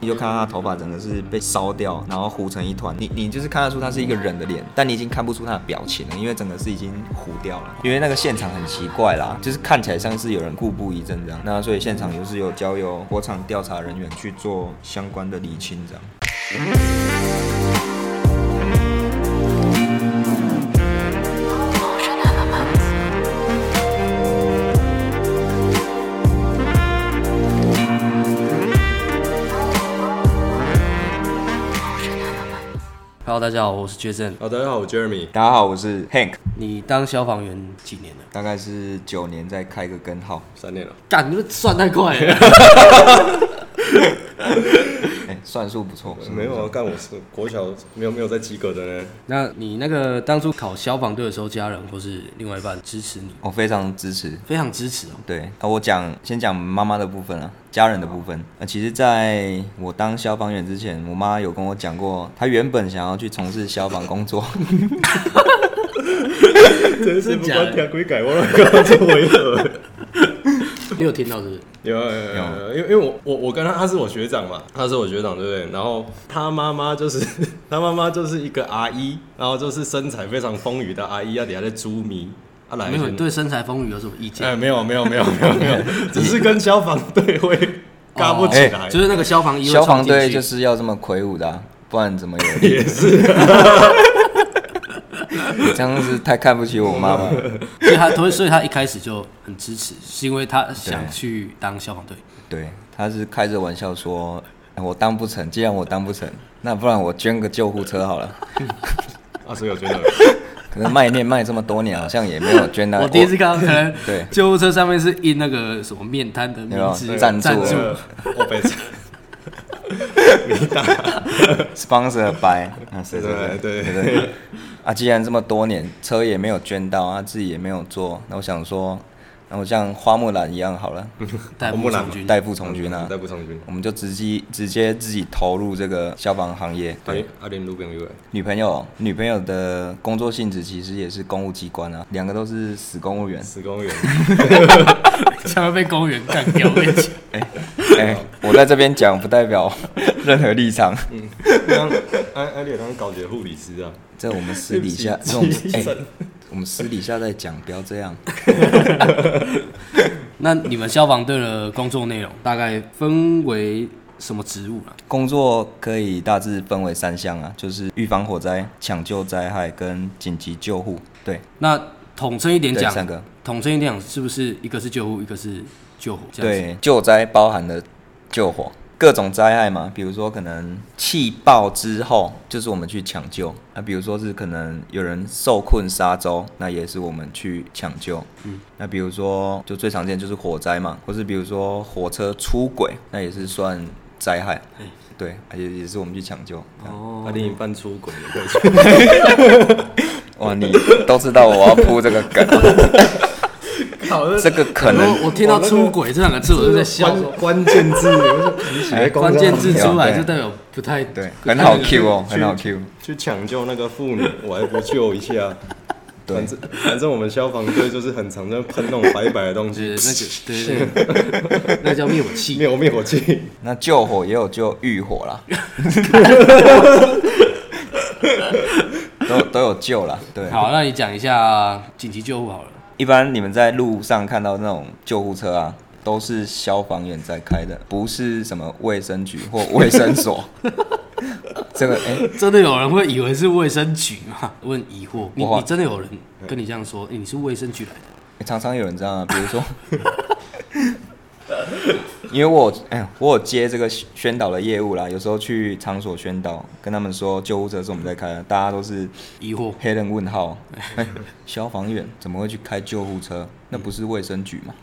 你就看到他头发整个是被烧掉，然后糊成一团。你你就是看得出他是一个人的脸，但你已经看不出他的表情了，因为整个是已经糊掉了。因为那个现场很奇怪啦，就是看起来像是有人故布疑阵这样。那所以现场就是有交由火场调查人员去做相关的厘清这样。 Hello，大家好，我是 Jason。好，大家好，我 Jeremy。大家好，我是 Hank，你当消防员几年了？大概是九年再开个根号。三年了，干，你们算太快了。哎、算数不错，没有啊，干我是国小没有没有在及格的呢。那你那个当初考消防队的时候，家人或是另外一半支持你，我哦非常支持。非常支持哦。对，啊，我讲先讲妈妈的部分啊，家人的部分。啊，其实在我当消防员之前，我妈有跟我讲过，她原本想要去从事消防工 作， 真是不管听鬼改，我刚就回了。你有听到是不是？有有有有，因为因为我我我跟他他是我学长嘛，他是我学长对不对？然后他妈妈就是 他妈妈就是一个阿姨，然后就是身材非常丰腴的阿姨，啊底下在猪迷，啊来没有，你对身材丰腴有什么意见？哎没有没有没有没有没 有，只是跟消防队会嘎不起来，就是那个消防衣会消防冲进队去就是要这么魁梧的啊、不然怎么有 力？也是你 这样是太看不起我妈妈。所以他，所以所以他一开始就很支持，是因为他想去当消防队。对，她是开着玩笑说，哎我当不成，既然我当不成，那不然我捐个救护车好了。啊，所以我觉得可能卖面卖这么多年，好像也没有捐到。我第一次看到，可能对救护车上面是印那个什么面摊的名有字没有赞助赞助，啊我被。 sponsor by 啊，谁谁对谁对对对啊，既然这么多年车也没有捐到啊，自己也没有做，那我想说，那我像花木兰一样好了，代我步木兰从军。代父从军啊嗯代，步从军。我们就直接直接自己投入这个消防行业。对，哎阿联路边有个，。女朋友女朋友的工作性质其实也是公务机关啊，两个都是死公务员十公园，才会被公务员干掉。我跟你讲哎、我在这边讲不代 表任何立场，嗯 当安安利当搞一个护理师啊，这我们私底下，这我们哎、我们私底下在讲，不要这样。那你们消防队的工作内容大概分为什么职务啦？工作可以大致分为三项啊，就是预防火灾、抢救灾害跟紧急救护。对，那统称一点对讲，三个。统称一点讲，是不是一个是救护，一个是救火？这样子，对，救灾包含了救火，各种灾害嘛，比如说可能气爆之后，就是我们去抢救啊，比如说是可能有人受困沙洲，那也是我们去抢救。嗯，那比如说就最常见就是火灾嘛，或是比如说火车出轨，那也是算灾害。哎对，而且也是我们去抢救。哦他另一半出轨了，对哇，你都知道我要铺这个梗。好这个可能我我听到出轨这两个字，我就在 笑。关关键字，你哎写 关键字出来对就代表不太对，很好 Q 哦，很好 Q。去抢救那个妇女，我还不救 一下？反正反正我们消防队就是很常在喷那种白白的东对 西，那个对对对， 那叫灭火 器。灭火灭火器，那救火也有救浴火啦，都都有救啦。对，好，那你讲一下紧急救护好了。一般你们在路上看到那种救护车啊，都是消防员在开的，不是什么卫生局或卫生所。这个哎、真的有人会以为是卫生局吗？我很疑惑，你我你真的有人跟你这样说？欸你是卫生局来的？常常有人这样啊，比如说， 因为我哎、我有接这个宣导的业务啦，有时候去场所宣导，跟他们说救护车是我们在开的，大家都是疑惑，黑人问号，哎，消防员怎么会去开救护车？那不是卫生局吗？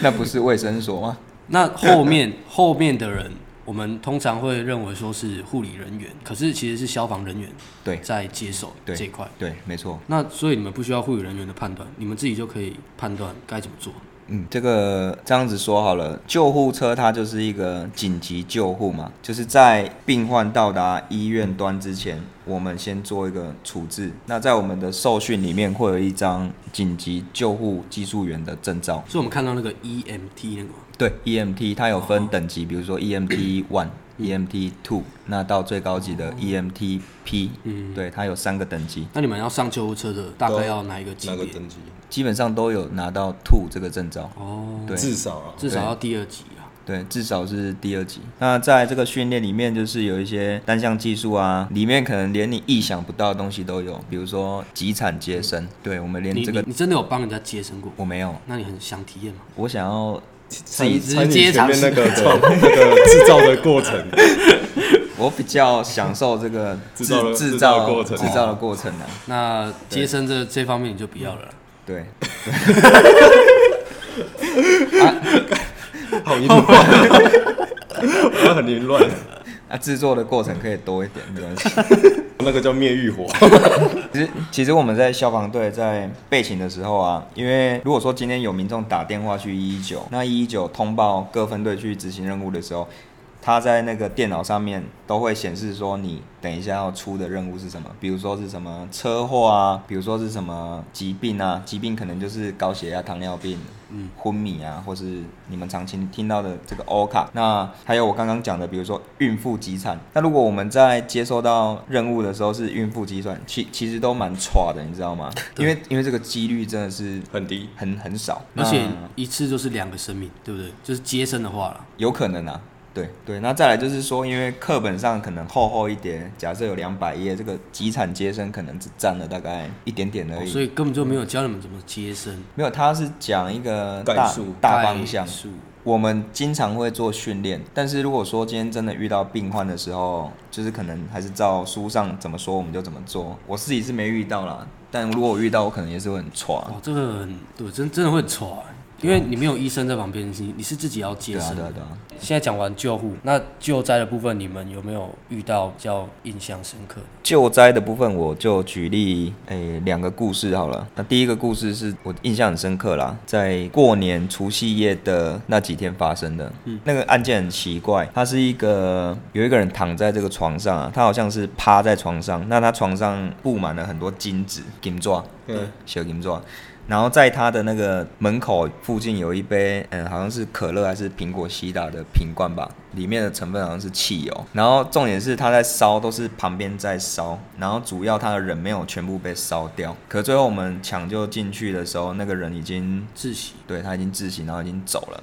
那不是卫生所吗？那后面 后面的人，我们通常会认为说是护理人员，可是其实是消防人员对在接手对这一块。对，没错。那所以你们不需要护理人员的判断，你们自己就可以判断该怎么做。嗯，这个这样子说好了，救护车它就是一个紧急救护嘛，就是在病患到达医院端之前，我们先做一个处置。那在我们的受训里面会有一张紧急救护技术员的证照，所以我们看到那个 EMT 那个嘛，对 EMT 它有分等级，比如说 E EMT one、EMT E two，那到最高级的 EMT P，嗯，对，它有三个等级，那你们要上救护车的大概要哪一个级那个别？等级，基本上都有拿到 two 这个证照。哦，对至少啊，至少要第二级啊。对，至少是第二级。那在这个训练里面，就是有一些单项技术啊，里面可能连你意想不到的东西都有，比如说急产接生。对，我们连你这你个你真的有帮人家接生过？我没有，那你很想体验吗？我想要参与直参接与前面那个尝试创 那个制造的 过程，我比较享受这个 制造的制制造造的过程制造的过程啊。那接生这这方面你就不要了啦。对，好凌乱， 我很凌乱，啊，制作的过程可以多一点，没关系。那个叫灭欲火，其实，其实我们在消防队在备勤的时候啊，因为如果说今天有民众打电话去一一九，那一一九通报各分队去执行任务的时候，他在那个电脑上面都会显示说你等一下要出的任务是什么，比如说是什么车祸啊，比如说是什么疾病啊，疾病可能就是高血压、糖尿病。嗯，昏迷啊，或是你们常听听到的这个 O 卡，那还有我刚刚讲的，比如说孕妇急产。那如果我们在接收到任务的时候是孕妇急产，其其实都蛮差的，你知 道吗？因为因为这个几率真的是很低，很很少，而且那一次就是两个生命，对不对？就是接生的话啦，有可能啊。对对，那再来就是说，因为课本上可能厚厚一叠，假设有两百页，这个急产接生可能只占了大概一点点而哦已。所以根本就没有教你们怎么接生。没有，他是讲一个概大述大方向概。述我们经常会做训练，但是如果说今天真的遇到病患的时候，就是可能还是照书上怎么说我们就怎么做。我自己是没遇到啦，但如果我遇到，我可能也是哦会很啊挫。哇，这个很对，真真的会很丑啊，因为你没有医生在旁边，你你是自己要接对啊，生对啊，的。对啊。现在讲完救护，那救灾的部分，你们有没有遇到比较印象深刻的？救灾的部分，我就举例诶两个故事好了。那第一个故事是我印象很深刻啦，在过年除夕夜的那几天发生的。嗯，那个案件很奇怪，他是一个有一个人躺在这个床上啊，他好像是趴在床上，那他床上布满了很多金纸、金抓、嗯，小金抓。然后在他的那个门口附近有一杯，嗯，好像是可乐还是苹果西打的瓶罐吧，里面的成分好像是汽油。然后重点是他在烧，都是旁边在烧，然后主要他的人没有全部被烧掉。可最后我们抢救进去的时候，那个人已经窒息，对他已经窒息，然后已经走了。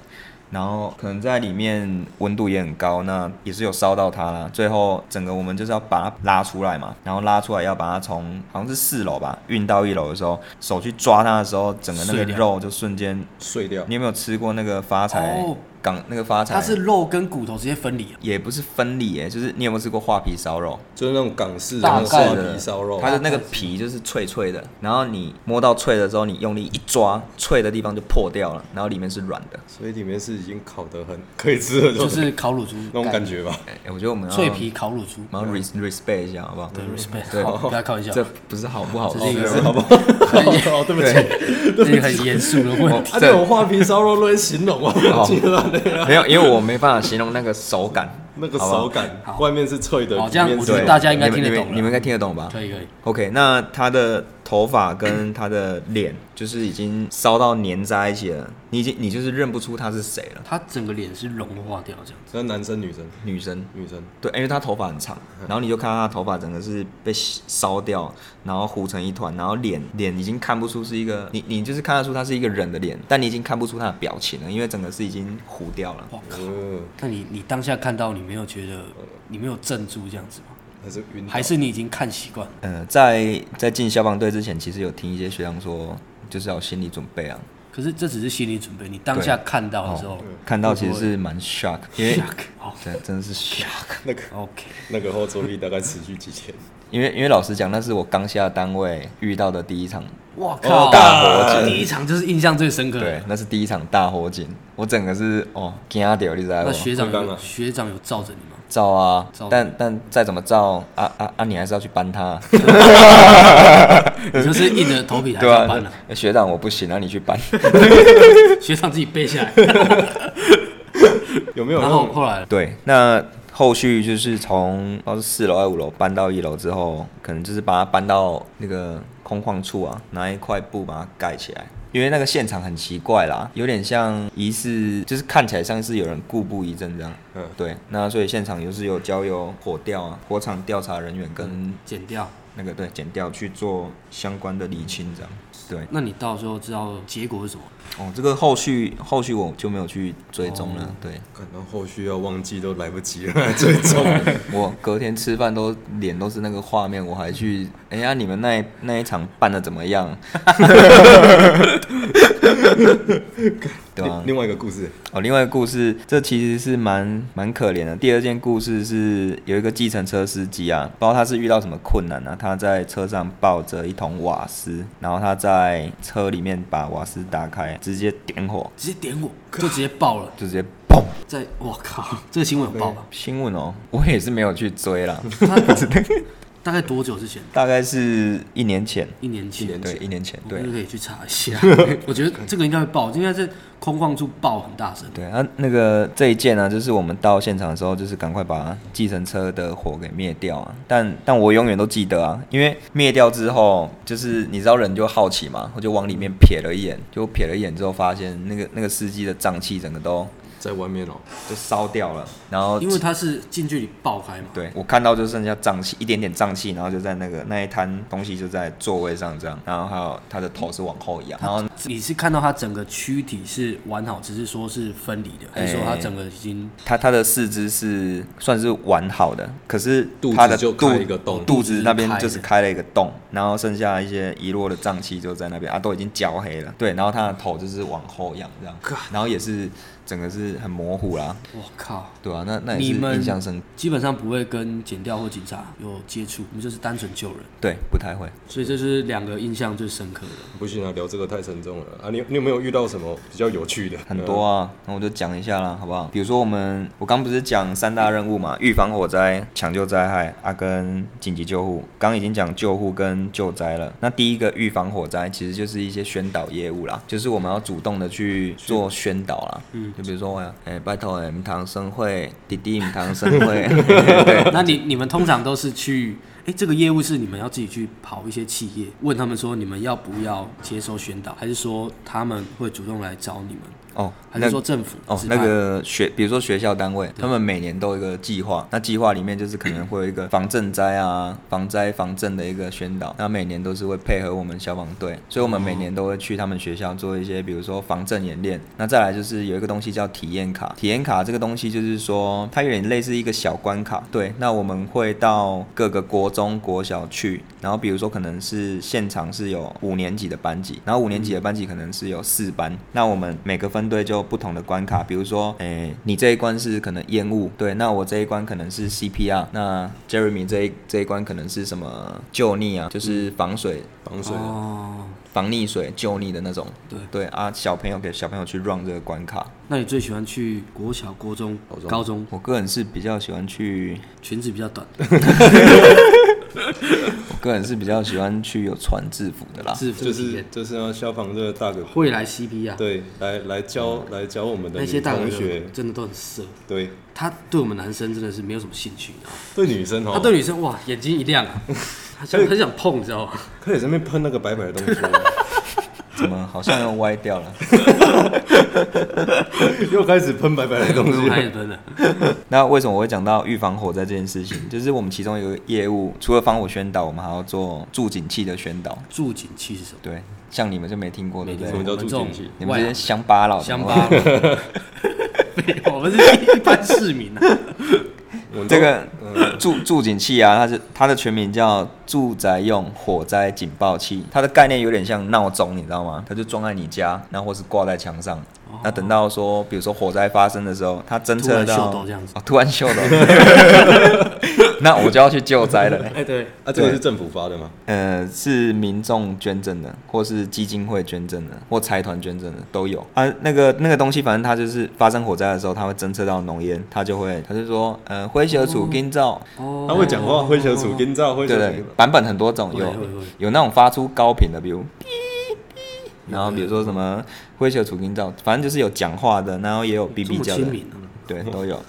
然后可能在里面温度也很高，那也是有烧到他啦。最后整个我们就是要把他拉出来嘛，然后拉出来要把他从好像是四楼吧运到一楼的时候，手去抓他的时候，整个那个碎掉肉就瞬间。碎掉，你有没有吃过那个发财哦港、那个发财？它是肉跟骨头直接分离啊。也不是分离诶，就是你有没有吃过画皮烧肉？就是那种港式的大那概种烧的皮烧肉它，的那个皮就是脆脆的，然后你摸到脆的时候，你用力一抓，脆的地方就破掉了，然后里面是软的。所以里面是已经烤得很可以吃的，就是烤乳猪，那种感觉吧。哎、我觉得我们要脆皮烤乳猪，我们要 res respect 一下，好不好？对嗯对，respect，好，不要开玩笑，这不是好不好这的是一事，个好不 好？哦，对不起，这是一个很严肃的问题。啊，这种画皮烧肉都会形容啊，我记得那个没有，因为我没办法形容那个手感， 那个好不好手感好，外面是脆的，好这样里面我是觉得对大家应该你们听你得们懂了你们应该听得懂吧？可以可以， OK，那他的头发跟他的脸就是已经烧到粘在一起了，你已经你就是认不出他是谁了，它整个脸是融化掉这样子。那男生女生女生。女生对，因为她头发很长，嗯然后你就看她头发整个是被烧掉，然后糊成一团，然后脸脸已经看不出是一个你你就是看得出她是一个人的脸，但你已经看不出她的表情了，因为整个是已经糊掉了。哇靠！嗯，那你你当下看到，你没有觉得你没有镇住这样子吗？还是晕倒，还是你已经看习惯了？呃，在在进消防队之前，其实有听一些学长说，就是要有心理准备啊。可是这只是心理准备，你当下看到的时候，看到其实是蛮 shock，因为 嗯 shock，好对，真的是 shock。 那个，OK， 那个后坐力大概持续几天？因为因为老实讲，那是我刚下单位遇到的第一场，哇靠！大火警第一场就是印象最深刻。对，，那是第一场大火警，我整个是哦惊掉，你知道那吗？学长刚刚有啊学长有罩着你吗？照啊照，但但再怎么照啊啊啊，你还是要去搬它，你就是硬着头皮还对上吧、 班了， 学长我不行啊，你去搬。学长自己背 下来。有没有那然后种后来对，那后续就是从哦是四楼还是五楼搬到一楼之后，可能就是把它搬到那个空旷处啊，拿一块布把它盖起来。因为那个现场很奇怪啦，有点像疑似，就是看起来像是有人故布疑阵这样。嗯对，那所以现场就是有交由火调啊、火场调查人员跟剪掉，那个对检调去做相关的厘清这样。对，那你到时候知道结果是什么？哦，这个后续后续我就没有去追踪哦了。对可能后续要忘记都来不及了， 最 终我隔天吃饭都脸都是那个画面，我还去哎呀、你们那一那一场办的怎么样？对啊另，另外一个故事，哦，另外一个故事，这其实是蛮蛮可怜的。第二件故事是有一个计程车司机啊，不知道他是遇到什么困难啊，他在车上抱着一桶瓦斯，然后他在车里面把瓦斯打开，直接点火，直接点我，就直接爆了。就直接砰。在我靠，这个新闻有爆吧？新闻哦，我也是没有去追 啦，大概多久之前？大概是一年前，一年前。对，一年前，我对们可以去查一 下。我觉得这个应该会爆，应该在空旷处爆很大声。对啊，那个这一件呢、啊就是我们到现场的时候，就是赶快把计程车的火给灭掉啊。但但我永远都记得啊，因为灭掉之后，就是你知道人就好奇嘛，我就往里面瞥了一眼，就瞥了一眼之后，发现那个那个司机的瘴气整个都在外面哦、都烧掉了，然后因为它是近距离爆开嘛。对我看到就剩下瘴气，一点点瘴气，然后就在那个那一摊东西就在座位上这样，然后还有他的头是往后仰，然后你是看到它整个躯体是完好，只是说是分离的，还是说哎它整个已经他他的四肢是算是完好的，可是肚子他的就肚开一个洞肚子那边肚就子是开的是开了一个洞，然后剩下一些遗落的脏器就在那边啊，都已经焦黑了。对，然后他的头就是往后仰这样，然后也是整个是很模糊啦，我靠？对啊，那那也你是们印象深，基本上不会跟剪掉或警察有接触，你们就是单纯救人，对，不太会。所以这是两个印象最深刻的。不行啊，聊这个太沉重了啊！你你有没有遇到什么比较有趣的？很多啊，那我就讲一下啦，好不好？比如说我们，我刚不是讲三大任务嘛，预防火灾、抢救灾害啊，跟紧急救护。刚刚已经讲救护跟救灾了。那第一个预防火灾，其实就是一些宣导业务啦，就是我们要主动的去做宣导啦。嗯，就比如说我要，哎、拜托哎、我们唐生会弟弟，我们唐生会， 对，那你你们通常都是去，哎、这个业务是你们要自己去跑一些企业，问他们说你们要不要接受宣导，还是说他们会主动来找你们，哦，还那是说政府哦，指派那个学，比如说学校单位，他们每年都有一个计划，那计划里面就是可能会有一个防震灾啊、防灾防震的一个宣导，那每年都是会配合我们消防队，所以我们每年都会去他们学校做一些，比如说防震演练。那再来就是有一个东西叫体验卡，体验卡这个东西就是说它有点类似一个小关卡，对，那我们会到各个国中、国小去，然后比如说可能是现场是有五年级的班级，然后五年级的班级可能是有四班，那我们每个分队就有不同的关卡，比如说，诶、你这一关是可能烟雾，对，那我这一关可能是 CPR，那 Jeremy 这一这一关可能是什么救溺啊，就是防水、呃防水的、啊哦，防溺水、救溺的那种，对对啊，小朋友给小朋友去 run 这个关卡，那你最喜欢去国小、国中、高中，我个人是比较喜欢去裙子比较短，我个人是比较喜欢去有穿制服的啦。制服就体是验，就是要消防队的大哥，会来 CP 啊，对，来来教来教我们的那些女大哥同哥学，真的都很色，对，他对我们男生真的是没有什么兴趣，你知道吗？对女生他哦，啊对女生哇眼睛一亮啊，他想很想碰，你知道吗？可以在那边喷那个白白的东西，怎么好像又歪掉了？ 又开始喷白白的东西 我，开始喷了，那为什么我会讲到预防火灾这件事 情？就是我们其中有个业务，除了防火宣导，我们还要做助警器的宣导。助警器是什么？对，像你们就没听过，对不什对？么叫我们这种助警器你们外这些乡巴佬，乡巴佬。 没有我们是一般市民啊，我们都这个助助警器啊，它是它的全名叫住宅用火灾警报器，它的概念有点像闹钟，你知道吗？它就装在你家，然后或是挂在墙上，那等到说，比如说火灾发生的时候，他侦测哦突到然秀逗这样子哦， 突然秀抖， 那我就要去救灾了。哎，对，啊，这个是政府发的吗？呃，是民众捐赠的，或是基金会捐赠的，或财团捐赠的都有啊。那个那个东西，反正它就是发生火灾的时候，它会侦测到浓烟，它就会，它就说，呃，灰球处跟照，哦他会讲话，灰球处跟照，灰对球对处，，版本很多种，会有会会有那种发出高频的，比如哔哔，然后比如说什么灰球处跟照，反正就是有讲话的，然后也有哔这哔么叫亲的，民啊对，都有。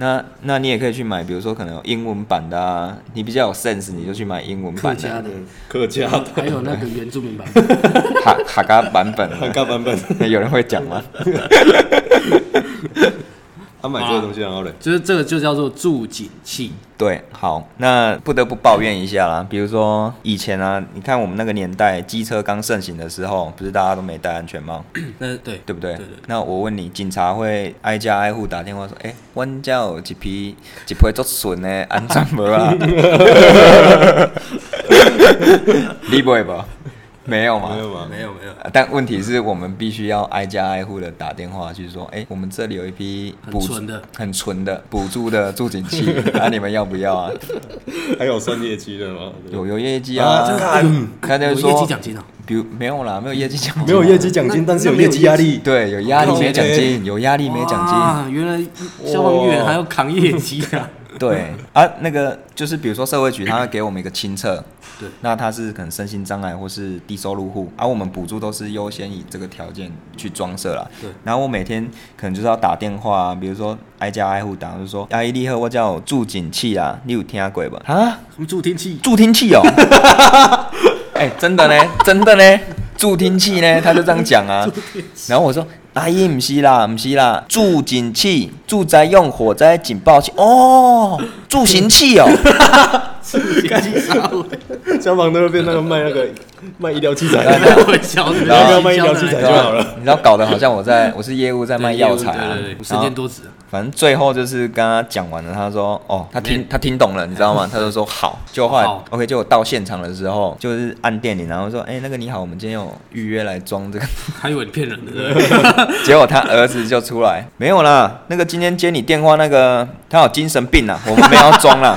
那那你也可以去买，比如说可能有英文版的啊，你比较有 sense，你就去买英文客版的家啊，的，嗯客家的还有那个原住民版本，哈哈嘎版本的汉，咖版本， 有人会讲吗？他买这个东西然后嘞，就是这个就叫做助景器，对，好，那不得不抱怨一下啦。比如说以前啊，你看我们那个年代，机车刚盛行的时候，不是大家都没戴安全帽，那对对不对？对对那我问你，警察会挨家挨户打电话说，哎、阮家有一批一批做笋的安全帽啊？ 你不会吧？没有嘛？没有吗？没有没有，啊但问题是我们必须要挨家挨户的打电话去说，哎、我们这里有一批很补纯的、很纯的补助的助警 器，啊，你们要不要啊？还有算业绩的吗？有有业绩啊啊真的，他他嗯就有业绩说，奖金啊，比如没有啦，没有业绩奖金，啊没有业绩奖金，那但是有那没业有绩压业力。对，有压力靠没奖北金，有压力没奖金，哦哦哇，原来消防员还要扛业绩啊， 对啊，那个就是比如说社会局，他会给我们一个清册， 对，那他是可能身心障碍或是低收入户，而、啊我们补助都是优先以这个条件去装设啦。对，然后我每天可能就是要打电话、啊，比如说挨家挨户打，就是说阿姨你好，我叫助警器啦，你有听过吧？啊，什么助听器，助听器哦，哎、真的呢，真的呢，助听器呢，他就这样讲啊。然后我说阿姨不是啦，不是啦，助警器，住宅用火灾警报器哦，助行器哦。助听器啥鬼？ 消防都会变那个卖那个卖医疗器材的，我笑死，然后要卖医疗器材对啊就好了。你知道搞得好像我在我是业务在卖药材啊对对对，我，身然后兼多职啊，反正最后就是跟他讲完了，他说哦，他听他听懂了，你知道吗？他就说好，就后来好 OK，就我到现场的时候就是按电铃，然后说哎、那个你好，我们今天有预约来装这个，还以为你骗人的，对不对 结果他儿子就出来没有啦，那个今天接你电话那个他有精神病啦，我们没有要装 啦，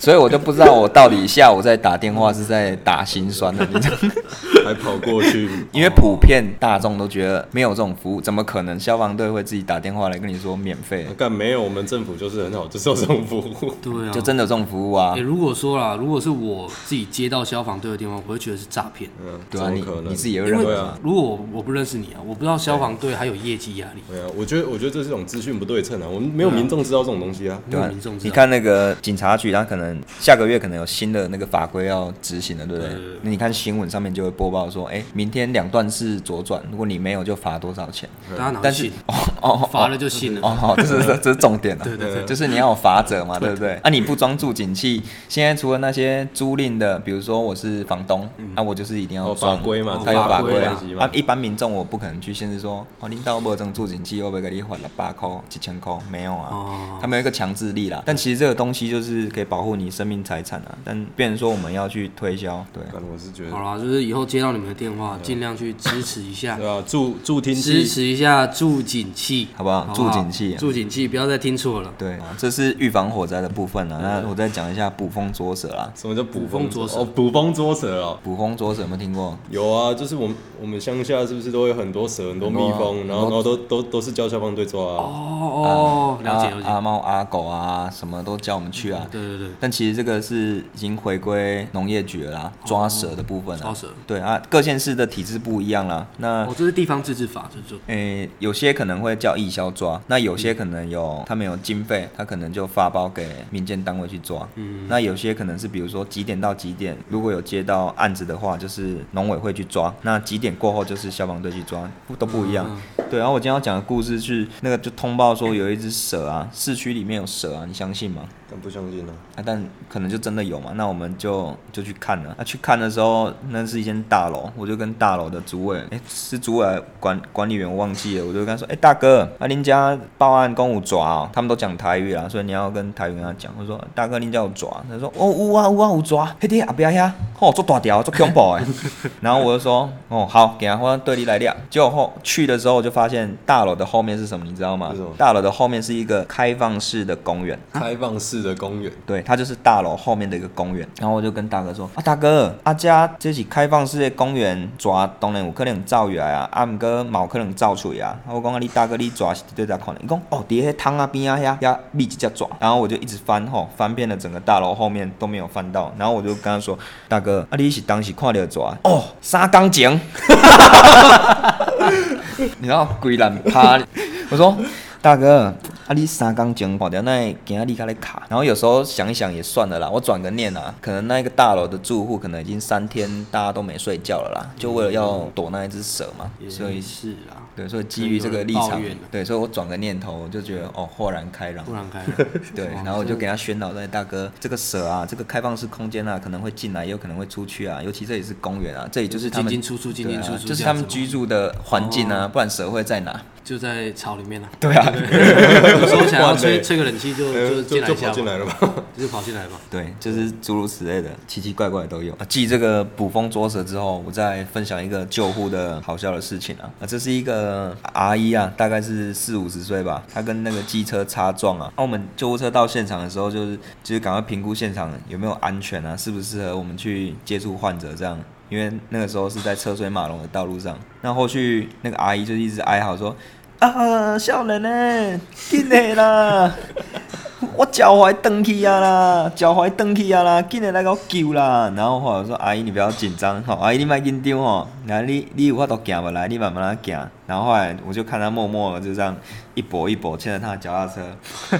所以我就不知道我到底下午在打电话是在打心酸的，你知道吗。哦还跑过去，因为普遍大众都觉得没有这种服务，怎么可能消防队会自己打电话来跟你说免费？哦干没有，我们政府就是很好，就是有这种服务。对啊，就真的有这种服务啊哎、？如果说啦，如果是我自己接到消防队的电话，我会觉得是诈骗。嗯，对怎啊，么你可能？你自己也会因认为为啊？如果我我不认识你啊，我不知道消防队还有业绩压力。对啊，我觉得我觉得这是一种资讯不对称啊，我们没有民众知道这种东西啊。对因啊为民众，知道你看那个警察局，他可能下个月可能有新的那个法规要执行了，对不对对对对？那你看新闻上面就会播报说，哎，明天两段式左转，如果你没有就罚多少钱？大家哪会但是信？哦哦罚了就信了。哦，好，这是这这是重点了。对对对就是你要有法则嘛，对不对？啊，你不装住景器，现在除了那些租赁的，比如说我是房东，那我就是一定要哦装法规嘛它有法法规规的啊东西。嘛啊，一般民众我不可能去限制说，哦，领导没装住景器，我不给你还了八块、几千块，没有啊哦，他们有一个强制力啦。但其实这个东西就是可以保护你生命财产啊，但变成说我们要去推销，对。反正我是觉好得，啦，就是以后接到你们的电话，尽量去支持一下对，啊，助助听支器，持一下助警器，好不好助警器啊啊助警器，不要再听错了。对，这是预防火灾的部分啦。啊那我再讲一下捕风捉蛇啦。什么叫捕风风捉蛇哦，捕风捉蛇哦。捕风捉蛇有没有听过？有啊，就是我们我们乡下是不是都有很多蛇、很多啊蜜蜂，很多然后然后都都都是叫消防队抓啊。哦哦，了解了阿解。阿啊猫阿狗啊，什么都叫我们去啊。对对对，但其实这个是已经回归农业局了啦，抓蛇的部分啊。哦抓蛇对啊，各县市的体制不一样啦。那哦，这是地方自治法，这就诶、有些可能会叫义消抓，那有些可能有他们有经费，他可能就发包给民间单位去抓。嗯，那有些可能是比如说几点到几点，如果有接到案子的话，就是农委会去抓；那几点过后就是消防队去抓，不都不一样。对，然后我今天要讲的故事是那个就通报说有一只蛇啊，市区里面有蛇啊，你相信吗？但不相信啊，啊，但可能就真的有嘛，那我们就就去看了。那、去看的时候，那是一间大大楼，我就跟大楼的主委，哎、是主委管管理员我忘记了，我就跟他说，哎、大哥，啊，您家报案公有抓哦，他们都讲台语啦，所以你要跟台语跟他讲，我说大哥，您家有抓？他说哦，有啊有啊有抓，迄天阿伯遐，吼、做大条做恐怖诶， 然后我就说，哦好，给他换对立来亮，结果后去的时候就发现大楼的后面是什么，你知道吗是什么？大楼的后面是一个开放式的公园。啊开放式的公园，对，它就是大楼后面的一个公园。然后我就跟大哥说：“啊，大哥，阿、啊、家这是开放式的公园，抓当然有可能走入来啊，啊，毋过嘛有可能走出来啊。”我讲啊，你大哥你抓是伫对在看的？伊讲哦，伫迄汤啊边啊遐遐密一只抓。然后我就一直翻吼，翻遍了整个大楼后面都没有翻到。然后我就跟他说：“大哥，啊，你是当时看到抓？哦，三钢琴。”你知道规烂趴， 我说大哥，啊你三工前看掉，那今仔你甲咧卡，然后有时候想一想也算了啦，我转个念啊，可能那个大楼的住户可能已经三天大家都没睡觉了啦，嗯就为了要躲那一只蛇嘛，所以是啦，对，所以基于这个立抱场怨了，对，所以我转个念头，我就觉得哦豁然开朗不。然哦开。 对，然后我就给他宣导在大哥，这个蛇啊，这个开放式空间啊，可能会进来，也有可能会出去啊，尤其这里是公园啊，这里就是他们进进出出进进出对啊出就这样是子他们吗居住的环境哦啊，不然蛇会在哪？就在草里面了、对啊，有时候想要不然 吹嘞吹个冷气就就呃进就来就一下跑吧，进来了吧？ 就跑进来吧。对，就是诸如此类的奇奇怪怪的都有。啊、继这个捕风捉蛇之后，我再分享一个救护的好笑的事情啊。啊，这是一个阿姨啊，大概是四五十岁吧，她跟那个机车擦撞啊。那、我们救护车到现场的时候、就是，就是赶快评估现场有没有安全啊，适不适合我们去接触患者这样。因为那个时候是在车水马龙的道路上，那后续那个阿姨就一直哀嚎说：“啊，少年呢，紧的啦！” 我脚踝蹬去啊啦，脚踝蹬去啊啦，紧来来给我救啦！然后我说阿姨你不要紧张吼，阿姨你别紧张吼，然后你你有法度行不来，你慢慢来行。然后后来我就看他默默的就这样一跛一跛牵着他的脚踏车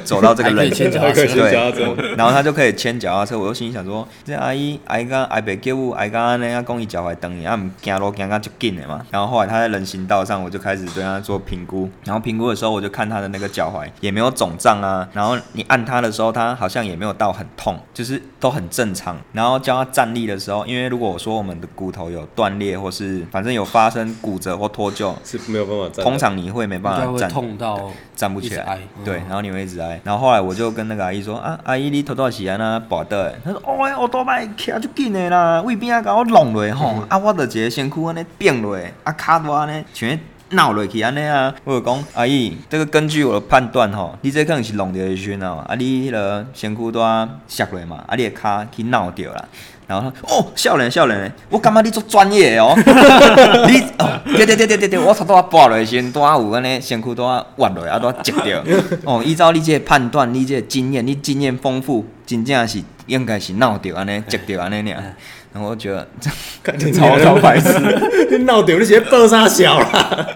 走到这个还可以人牵脚踏车还可以牵脚踏车对，我然后他就可以牵脚踏车。我就心里想说，这阿姨阿姨刚阿伯叫我阿姨刚安尼啊，讲伊脚踝蹬去啊，唔行路行到就紧的嘛。然后后来他在人行道上，我就开始对他做评估，然后评估的时候我就看他的那个脚踝也没有肿胀啊，然后你按他的时候，他好像也没有到很痛，就是都很正常。然后教他站立的时候，因为如果我说我们的骨头有断裂或是反正有发生骨折或脱臼，是没有办法站的，通常你会没应该办法会站痛到站不一起直来挨，对，嗯然后你会一直挨。然后后来我就跟那个阿姨说啊，阿姨你头到时安那跋倒的，她说哦，哎我倒摆徛足紧的啦，胃边啊甲我弄落吼，嗯啊我着一个身躯安尼变落，啊骹大安尼像那闹落去安尼啊，我就讲阿姨，这个根据我的判断吼，你这可能是弄着的时阵啊，啊你迄个身躯大摔落嘛，啊你的骹去闹着啦。然后他哦，少年少年，我感觉你做专业的哦， 你哦，对对对对对对，我头拄啊跋落先，拄啊有安尼身躯拄啊弯落，啊拄啊折着。哦，依照你这个判断，你这个经验，你经验丰富，真正是应该是闹着安尼折着安尼尔。然后我觉得 这看你超超白痴，你 闹丢你直接爆炸小啊啦。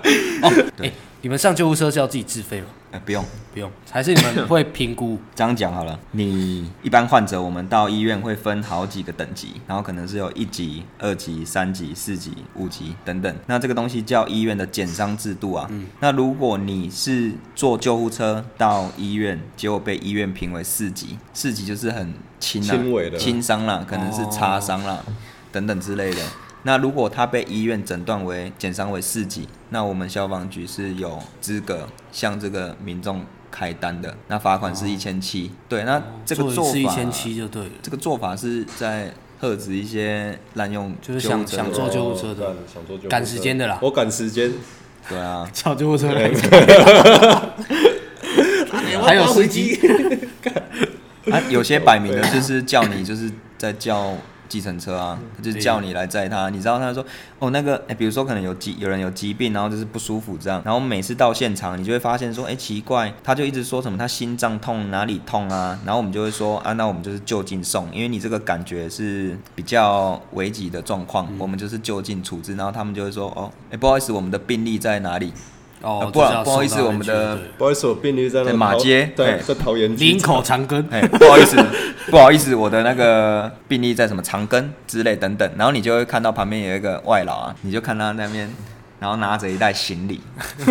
哦，哎、你们上救护车是要自己自费吗？呃不用不用，还是你 们会评估？这样讲好了。你一般患者，我们到医院会分好几个等级，然后可能是有一级、二级、三级、四级、五级等等。那这个东西叫医院的减伤制度啊。嗯那如果你是坐救护车到医院，结果被医院评为四级，四级就是很轻啊，轻微的轻伤哦啦，可能是擦伤啦、等等之类的。那如果他被医院诊断为减伤为四级，那我们消防局是有资格向这个民众开单的，那罚款是一千七。对，那这个做哦做一法，次一千七就对了，这个做法是在遏止一些滥用救就护是车的，想想 坐救护车哦的，干想坐救护车赶时间的啦我赶时间，对啊，叫救护车来对 还有 司机，啊，有些摆明的就是叫你就是在叫计程车啊，就是对叫你来载他。你知道他说哦那个，哎、比如说可能有疾有人有疾病，然后就是不舒服这样，然后每次到现场你就会发现说，哎、奇怪，他就一直说什么他心脏痛哪里痛啊，然后我们就会说啊，那我们就是就近送，因为你这个感觉是比较危急的状况，我们就是就近处置，然后他们就会说哦，哎、不好意思，我们的病例在哪里？啊哦，不好就是要不好意思送到我们那边的去就对了不好意思，我病例在那在马桃街对对，在桃园机林场口长庚，哎、不好意思， 不好意思，我的那个病例在什么长庚之类等等，然后你就会看到旁边有一个外劳啊，你就看他那边然后拿着一袋行李，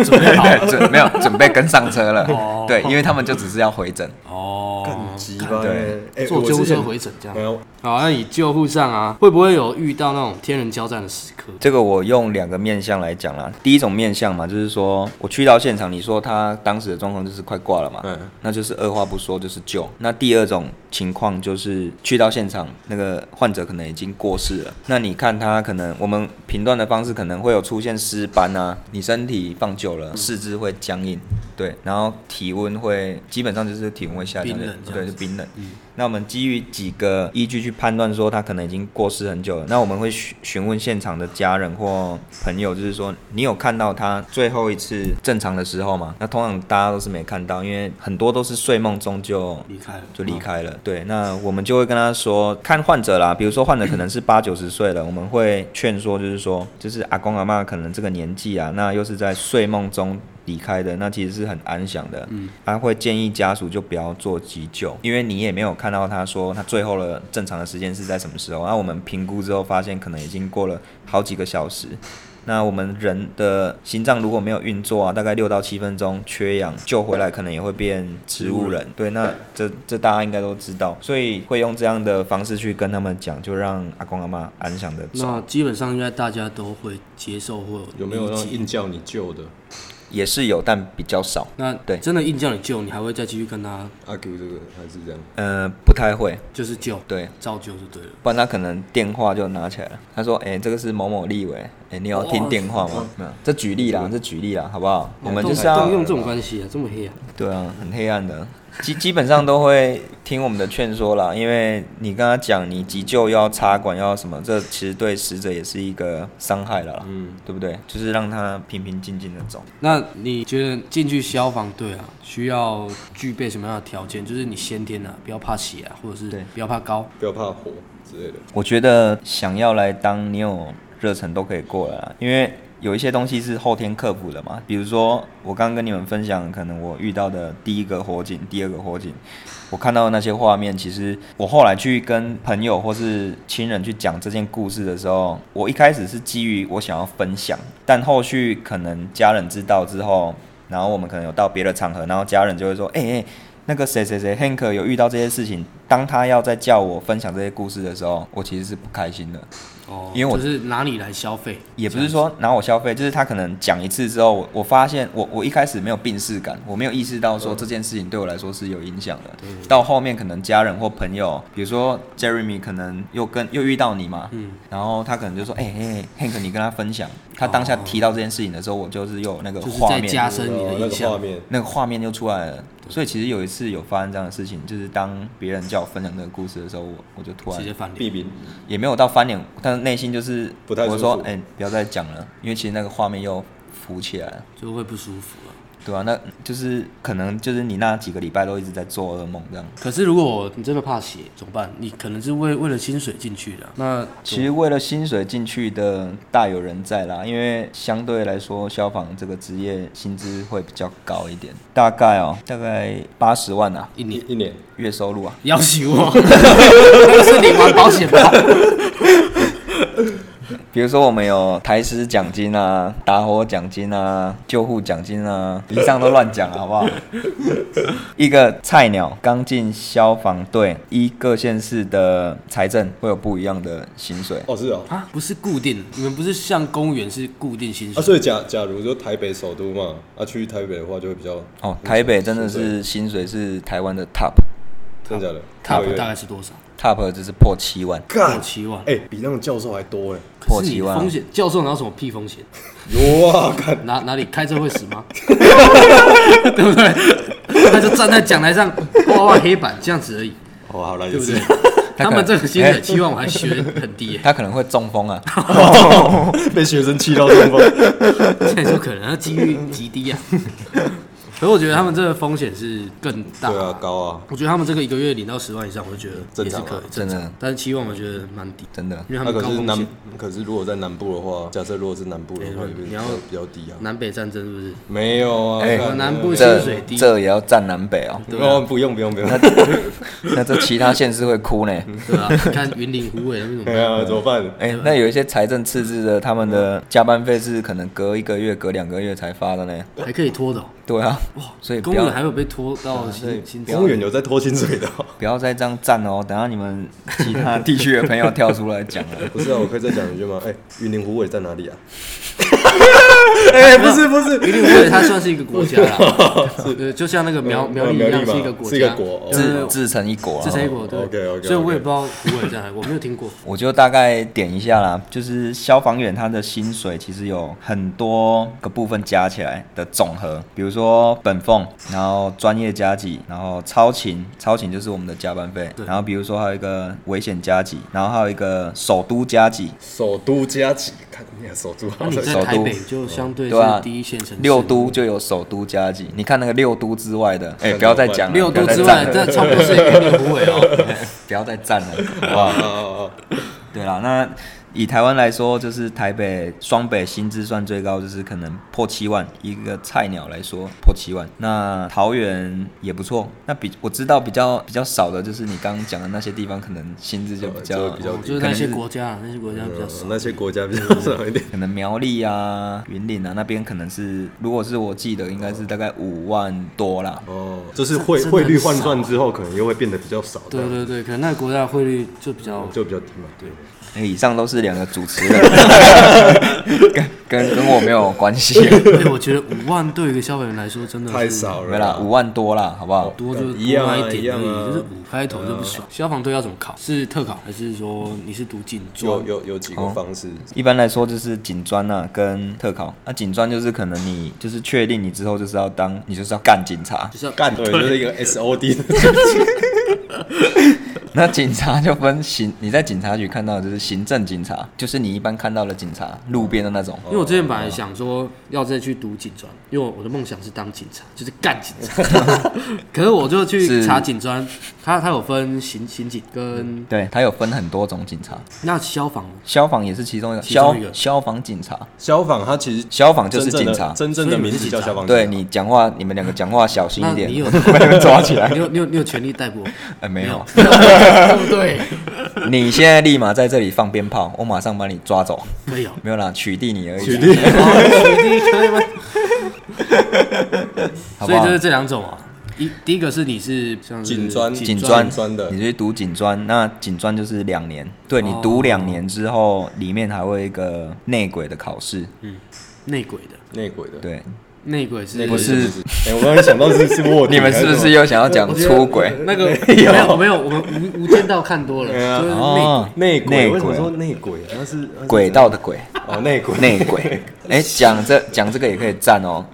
准备好了对，准没有准备跟上车了哦， 对，因为他们就只是要回诊，哦，鸡巴对欸！坐我救护之前哎车回诊这样嗯没。有，好，那你救护上啊，会不会有遇到那种天人交战的时刻？这个我用两个面向来讲啦。第一种面向嘛，就是说我去到现场，你说他当时的状况就是快挂了嘛，嗯那就是二话不说就是救。那第二种情况就是去到现场，那个患者可能已经过世了。那你看他可能我们评断的方式可能会有出现尸斑啊，你身体放久了，嗯四肢会僵硬，对，然后体温会基本上就是体温会下降，冰冷这样对，子是冰冷。那我们基于几个依据去判断说他可能已经过世很久了，那我们会询询问现场的家人或朋友，就是说你有看到他最后一次正常的时候吗？那通常大家都是没看到，因为很多都是睡梦中就离开了就离开了。对，那我们就会跟他说，看患者啦，比如说患者可能是八九十岁了，我们会劝说，就是说，就是阿公阿妈可能这个年纪啊，那又是在睡梦中。离开的那其实是很安详的，嗯，他、会建议家属就不要做急救，因为你也没有看到他说他最后的正常的时间是在什么时候。那我们评估之后发现，可能已经过了好几个小时，那我们人的心脏如果没有运作啊，大概六到七分钟缺氧，救回来可能也会变植物人。对，那这这大家应该都知道，所以会用这样的方式去跟他们讲，就让阿公阿妈安详的走。那基本上应该大家都会接受或有没有那理种解硬叫你救的也是有，但比较少。那对真的硬叫你救，你还会再继续跟他阿 Q 这个还是这样？呃，不太会，就是救，对，照救就对了。不然他可能电话就拿起来了。他说：“哎、这个是某某立委，哎、你有听电话哦吗？”没有，这举例啦，这举例啦，好不好？我们就是要动用这种关系啊，这么黑啊，对啊，很黑暗的，基基本上都会听我们的劝说啦，因为你跟他讲你急救要插管要什么，这其实对死者也是一个伤害了啦，嗯，对不对？就是让他平平静静的走。那你觉得进去消防队啊，需要具备什么样的条件？就是你先天啊，不要怕血啊，或者是对不要怕高，不要怕火之类的。我觉得想要来当，你有热忱都可以过来啦，因为有一些东西是后天克服的嘛。比如说我刚刚跟你们分享，可能我遇到的第一个火警、第二个火警，我看到的那些画面，其实我后来去跟朋友或是亲人去讲这件故事的时候，我一开始是基于我想要分享，但后续可能家人知道之后，然后我们可能有到别的场合，然后家人就会说：“哎、哎、那个谁谁谁 Hank 有遇到这些事情。”当他要再叫我分享这些故事的时候，我其实是不开心的。哦，因为我就是拿你来消费，也不是说拿我消费，就是他可能讲一次之后，我我发现我我一开始没有病逝感，我没有意识到说这件事情对我来说是有影响的。到后面可能家人或朋友，比如说 Jeremy 可能又跟又遇到你嘛，嗯然后他可能就说，哎、哎、Hank 你跟他分享，他当下哦提到这件事情的时候，我就是又有那个就是画再面，加深你哦的印那个象。画面，那个画面就出来了。所以其实有一次有发生这样的事情，就是当别人叫我分享这个故事的时候，我我就突然直接翻避脸，免也没有到翻脸，但是内心就是不太舒服我说，哎、不要再讲了，因为其实那个画面又浮起来了，就会不舒服啊了。对吧、那就是可能就是你那几个礼拜都一直在做噩梦这样。可是如果你真的怕血怎么办？你可能是为为了薪水进去的啊、那其实为了薪水进去的大有人在啦，因为相对来说消防这个职业薪资会比较高一点，大概哦、大概八十万啊，一一年一年，月收入啊。要挟 我，那是你玩保险吧？比如说我们有台师奖金啊、打火奖金啊、救护奖金啊，以上都乱讲了，好 不好？一个菜鸟刚进消防队，依各县市的财政会有不一样的薪水。哦是哦。啊，不是固定，你们不是像公务员是固定薪啊，水？所以假假如说台北首都嘛，啊去台北的话就会比较哦，台北真的是薪水是台湾的 top。真假的，他一个月大概是多少？ top 就是破七万，破七万。哎、比那种教授还多哎、破可是你七万风险，教授哪有什么屁风 险？有啊，看哪哪里开车会死吗？ 对不对？他就站在讲台上画画黑板这样子而已，哦，好了，对就不是对？ 他哎们这个薪水期望我还学很低耶、他可能会中风啊。被学生气到中风。现在就可能他几率极低啊。可是我觉得他们这个风险是更大。对啊，高啊，我觉得他们这个一个月领到十万以上，我就觉得也是可以正常啊真的但是期望我觉得蛮低，真的因为他们那啊可高是风南险。，可是如果在南部的话，假设如果是南部的话，没错比你要比较低啊。南北战争是不是？没有啊，哎看南部这 薪水低这也要占南北 哦，对哦，啊，不用不用不用，那这其他县市会哭 呢。对啊，你看云林、湖北那边怎么 哎办？呀，怎么办？哎、那有一些财政赤字的，他们的加班费是可能隔一个月、隔两个月才发的呢。还可以拖的哦、对啊，所以公不务要员还有被拖到薪薪资公务员有在拖薪水的 哦、不要再这样站哦，等下你们其他地区的朋友跳出来讲了。 不是啊，我可以再讲一句吗？哎、云林湖尾在哪里啊？哎、不是不是，因为我觉得它算是一个国家啦，对，就像那个苗嗯苗栗一苗栗样嘛是一个国家，是一个国自自成一国呃自啊。成一国，对。 OK，OK，OK 所以我也不知道湖北在哪里，我没有听过。我就大概点一下啦，就是消防员他的薪水其实有很多个部分加起来的总和，比如说本俸，然后专业加级，然后超勤，超勤就是我们的加班费，然后比如说还有一个危险加级，然后还有一个首都加级，首都加急，看你看哦首都好那哦你像在首都台北就相对对啊是第一线城市，六都就有首都加级，你看那个六都之外的，哎、不要再讲了，六都之外，不要再站了这超过是云林湖北哦。 不要再站了，好不啊 好？啊啊！对啦，那以台湾来说，就是台北、双北薪资算最高，就是可能破七万，一个菜鸟来说破七万。那桃园也不错，那比我知道比较比较少的就是你刚刚讲的那些地方，可能薪资就比较就比较低哦就是那些国家，那些国家比较啊少。那些国家比较 少一点，可能苗栗啊、云林啊那边可能是，如果是我记得应该是大概五万多啦。哦，就是汇真的汇率很少换算之后，可能又会变得比较少，对对对，可能那个国家的汇率就比较这样哦就比较低嘛。对，哎以上都是两个主持人，跟跟跟我没有关系，对，我觉得五万对于一个消费者来说真的是太，少没了啦，五万多啦，好不好？多就是多一样啊那一点而一样啊嗯已，就是五开头就不爽。消防队要怎么考？是特考还是说你是读警有专？有有几哦个方式，一般来说就是警专啊跟特考，那、警专就是可能你就是确定你之后就是要当，你就是要干警察就，是要干对，就是一个 S O D 的，那警察就分行，你在警察局看到的就是行政警察，就是你一般看到的警察，路边的那种。因为我之前本来想说要再去读警专，因为我的梦想是当警察，就是干警 察。可是我就去是查警专，它它有分刑刑警跟对，它有分很多种警察，那消防，消防也是其中一个，其中一消个消防警察，消防它其实消防就是真正警的察。真正的名字叫消防警察，对你讲话，你们两个讲话小心一点那 你，有被人抓起 来你。有你有你有权利逮捕我？哎，没有，哦对，你现在立马在这里放鞭炮，我马上把你抓走。可以哦。没有啦，取缔你而已。举例，好所不以好就是这两种啊。一第一个是你是像是警专警专专专的你去读警专，那警专就是两年，对你哦读两年之后，里面还会有一个内鬼的考试，内鬼的，内鬼的，对，内鬼是内鬼不是什么意思？哎，我刚才想到是是 卧底， 你们是不是又想要讲出轨？那个没有没有，我们无无间道看多了，对啊就是内哦鬼。，内鬼？内为什么鬼说内鬼？那是那是轨道的轨，哦，内鬼内鬼。哎，讲这讲这个也可以站哦。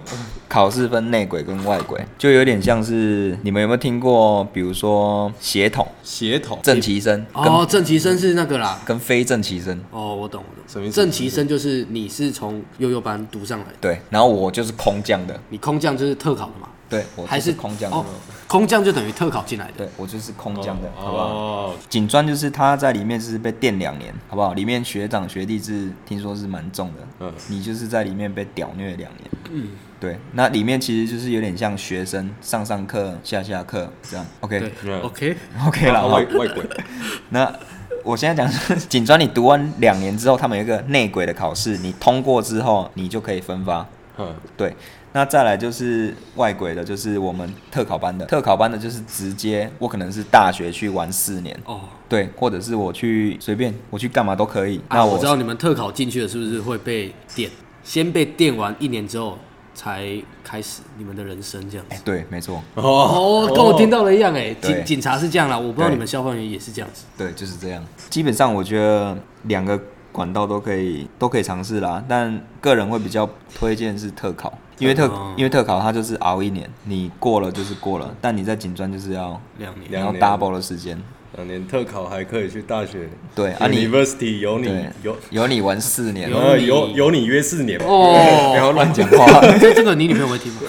考试分内鬼跟外鬼，就有点像是你们有没有听过，比如说血统、血统正旗生跟、哦，正其身是那个啦，跟非正旗生，哦，我懂我懂。什么意思正旗生就是你是从幼幼班读上来的，对，然后我就是空降的，你空降就是特考的嘛？对我还就是空降的，哦，空降就等于特考进来的。对我就是空降的，好不好？哦，警专就是他在里面是被电两年，好不好？里面学长学弟制听说是蛮重的，嗯你就是在里面被屌虐两年，嗯，对，那里面其实就是有点像学生上上课、下下课这样，OK 对，OK， OK 了，啊好外外鬼，那我现在讲是警专，你读完两年之后，他们有一个内鬼的考试，你通过之后，你就可以分发，嗯，对，那再来就是外鬼的，就是我们特考班的，特考班的就是直接我可能是大学去玩四年，哦。对，或者是我去随便我去干嘛都可以。啊那我我知道你们特考进去了，是不是会被电？先被电完一年之后，才开始你们的人生这样哎哎子。对，没错，哦，跟我听到的一样哎，哦对警警察是这样啦，我不知道对你们消防员也是这样子。对，就是这样。基本上我觉得两个管道都可以都可以尝试啦，但个人会比较推荐是特考，因为特、哦因为特考它就是熬一年，你过了就是过了，但你在警专就是要两年你要两年 double 的时间。两年啊特考还可以去大学，对啊你 University 有你对，有有你玩四年，有呃你有有你约四年吧，不要哦，乱讲话。这这个你女朋友会听吗？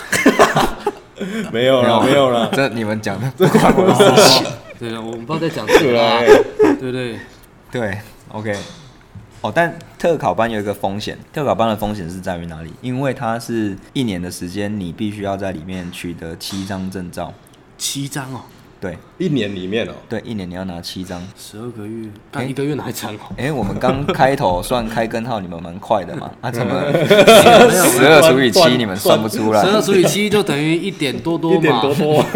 没有啦，没有啦， 这你们讲的不关我的事。 对啊，我们不知道在讲什么啊，对对不对？对，OK。哦，但特考班有一个风险，特考班的风险是在于哪里？因为它是一年的时间，你必须要在里面取得七张证照。七张哦，对一年里面哦、对，一年你要拿七张。十二个月，干诶一个月哪一张哦？哎、我们刚开头算开根号，你们蛮快的 嘛？啊，怎么没有十二除以七你们算不出来十？二除以七就等于一点多多嘛，啊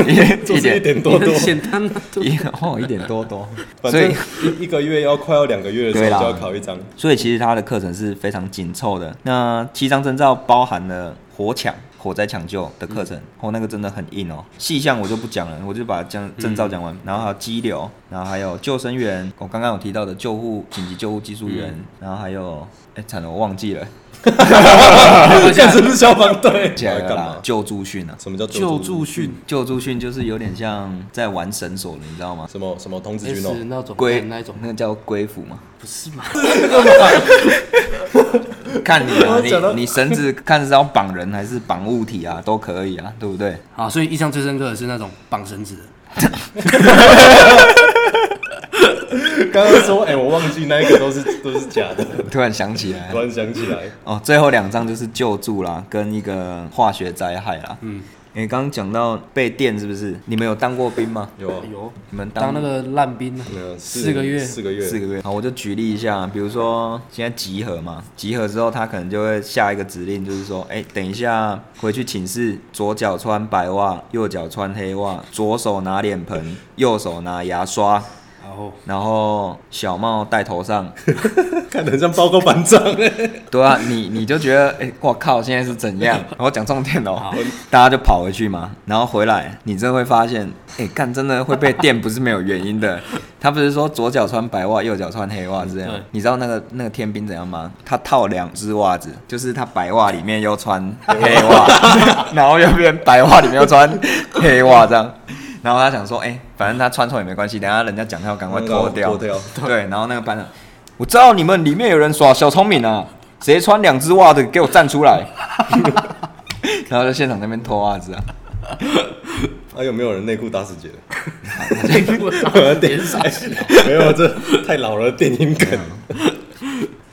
一点多多，就一是点一 点多多很，简单啊，对一哦，一点多多。反所正以一一个月要快要两个月的时对啦候就要考一张，所以其实它的课程是非常紧凑的。那七张证照包含了火抢、火灾抢救的课程，哦，那个真的很硬哦。细项我就不讲了，我就把将证照讲完。然后还有激流，然后还有救生员，我刚刚有提到的救护紧急救护技术员，然后还有，哎，惨了，我忘记了， 这是不是消防队？起来了干啦嘛？ 救助训啊。什么叫救助？训救助训就是有点像在玩绳索的，你知道吗？什么什么童子军哦、 S 那种龟那种，那个叫龟斧嘛。不是嘛？看你啊，我讲到你你绳子看是要绑人还是绑物体啊，都可以啊，对不对？啊，所以印象最深刻的是那种绑绳子的，哦刚刚说，哎、我忘记那一个都是都是假 的，突然想起来突，然想起来，哦，最后两张就是救助啦，跟一个化学灾害啦。嗯，你刚刚讲到被电是不是？你们有当过兵吗？有啊，有你们当那个烂兵啊没有四个月，四个月，四个月。好，我就举例一下，比如说现在集合嘛，集合之后他可能就会下一个指令，就是说，哎、等一下回去寝室，左脚穿白袜，右脚穿黑袜，左手拿脸盆，右手拿牙刷，然后然后小帽戴头上。 看得很像报告班 长哎、对啊，你你就觉得，哎、我靠，现在是怎样？然后讲重点哦，大家就跑回去嘛，然后回来，你真的会发现，哎、干真的会被电不是没有原因的。他不是说左脚穿白袜，右脚穿黑袜这样对？你知道那个那个天兵怎样吗？他套两只袜子，就是他白袜里面又穿黑袜，然后右边白袜里面又穿黑袜这样。然后他想说，哎、反正他穿错也没关系，等一下人家讲他要赶快脱掉，脱掉对，然后那个班长，我知道你们里面有人耍小聪明啊，谁穿两只袜子给我站出来， 然后就现场那边脱袜子啊，啊，有没有人内裤打死结的？点傻。没有，这太老了，电影梗。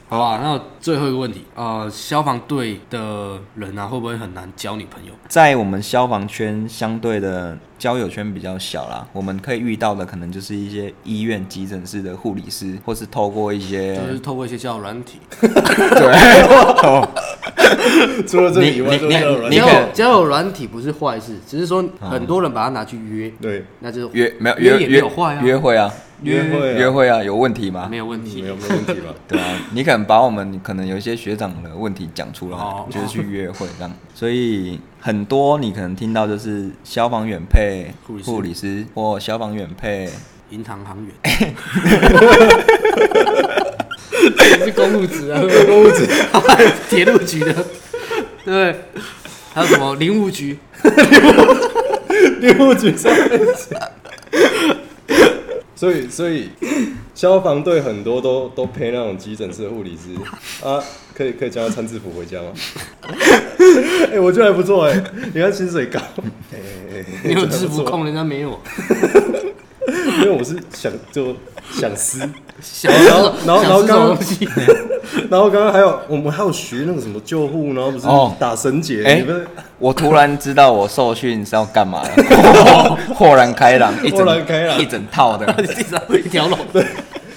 好吧，那最后一个问题，呃，消防队的人啊，会不会很难交女朋友？在我们消防圈相对的交友圈比较小啦，我们可以遇到的可能就是一些医院急诊室的护理师，或是透过一些就是透过一些交友软体，对，嗯除了这个以外，你都没有你人可嗯交友交友软体不是坏事，只是说很多人把它拿去约，对，那就是 约没有约约也没有坏啊，约会嗯啊，约会啊约会啊，有问题吗没？有问题没。有没有问题吧？对啊，你可能把我们可能有一些学长的问题讲出来哦，就是去约会这样，所以很多你可能听到就是消防员配护理师护理师或消防员配，银行行员，哎这也是公务职啊，公务职， 铁路局的，对，还有什么林务 局，六局三分所以所以消防队很多都都配那种急诊室的护理师啊，可以可以叫他穿制服回家吗？ 哎、我觉得还不错哎、你看薪水高，哎、哎哎你有这还制不服错控，人家没有，因为我是想就想撕，想然后吃然后然后想吃这种东 西，然后刚刚还有我们还有学那个什么救护，然后不是哦打绳结，哎你不是我突然知道我受训是要干嘛了， 豁然开朗，一整豁然开朗一整套的，地上有一条龙，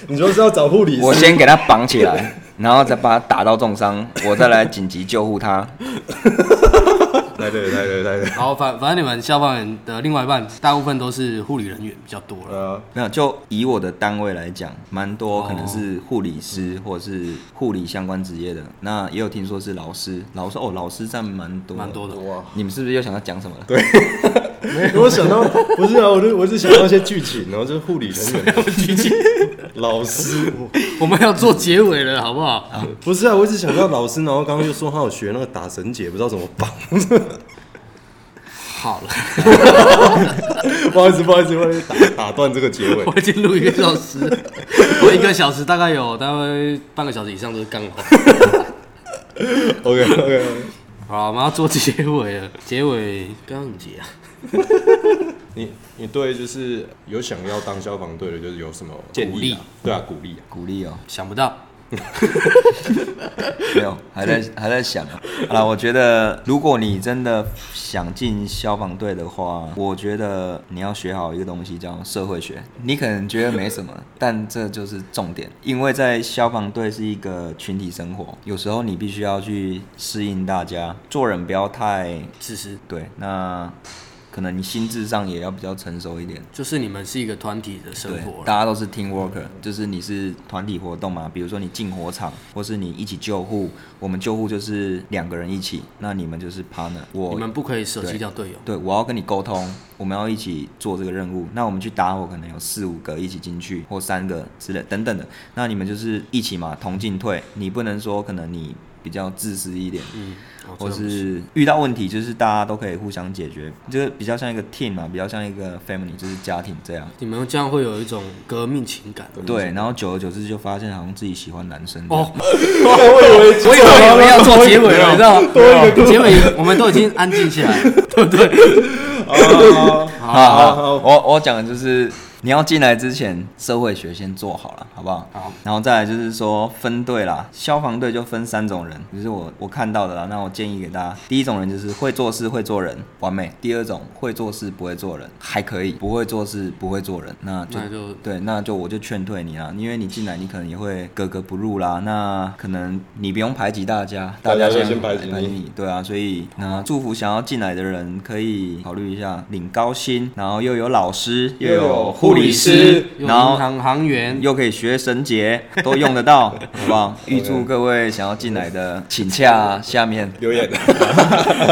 你说是要找护理师？我先给他绑起来，然后再把他打到重伤，我再来紧急救护他。来对来对来对，然后反反正你们消防员的另外一半，大部分都是护理人员比较多了，啊，没有，就以我的单位来讲，蛮多哦嗯可能是护理师或者是护理相关职业的，那也有听说是老师，老师哦，老师占蛮多，蛮多的。哇！你们是不是又想要讲什么了？ 我想到不是啊，我就我是想到一些剧情，然后就是护理人员、 老师，我们要做结尾了，好不好？不是啊，我一直想到老师，然后刚刚又说他有学那个打绳结，不知道怎么绑。好了，不好意思，不好意思，我打打断这个结尾。我已经录一个小 时了，我一个小时大概有大概半个小时以上都是干话。 OK OK，好啦，我们要做结尾了。结尾刚刚怎么结啊？你你对就是有想要当消防队的，就是有什么建鼓议、励啊？对啊，鼓励 啊。鼓励哦，想不到，没有，还在还在想啊。好了，我觉得如果你真的想进消防队的话，我觉得你要学好一个东西叫社会学。你可能觉得没什么，但这就是重点，因为在消防队是一个群体生活，有时候你必须要去适应大家，做人不要太此时对。那可能你心智上也要比较成熟一点。就是你们是一个团体的生对，活啦，大家都是 team worker，就是你是团体活动嘛，比如说你进火场，或是你一起救护，我们救护就是两个人一起，那你们就是 partner，你我。们不可以舍弃对掉队友。对，我要跟你沟通，我们要一起做这个任务。那我们去打火，可能有四五个一起进去，或三个之类等等的。那你们就是一起嘛，同进退。你不能说可能你比较自私一点，嗯，哦或这种事是遇到问题，就是大家都可以互相解决，就是比较像一个 team 嘛，比较像一个 family，就是家庭这样。你们这样会有一种革命情感。对，然后久而久之就发现好像自己喜欢男生这样哦，我以为你们要做结啊尾了，你知道吗？结尾我们都已经安静下来了， 对不对？好好好，我我讲的就是你要进来之前，社会学先做好了，好不好？好。然后再来就是说分队啦，消防队就分三种人，就是我我看到的啦。那我建议给大家，第一种人就是会做事会做人，完美；第二种会做事不会做人，还可以；不会做事不会做人，那就那就对，那就我就劝退你啦，因为你进来你可能也会格格不入啦。那可能你不用排挤大家，大家家就先先排挤你你对啊，所以那祝福想要进来的人可以考虑一下，领高薪，然后又有老师，又有护理师，又有然银后行行员，又可以学绳结，都用得到，好不好？预祝各位想要进来的，请洽下面。留 言，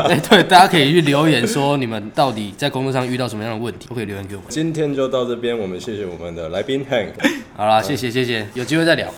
哎，对，大家可以去留言说你们到底在工作上遇到什么样的问题，都可以留言给我们。今天就到这边，我们谢谢我们的来宾 Hank。好啦，谢谢谢谢，有机会再聊。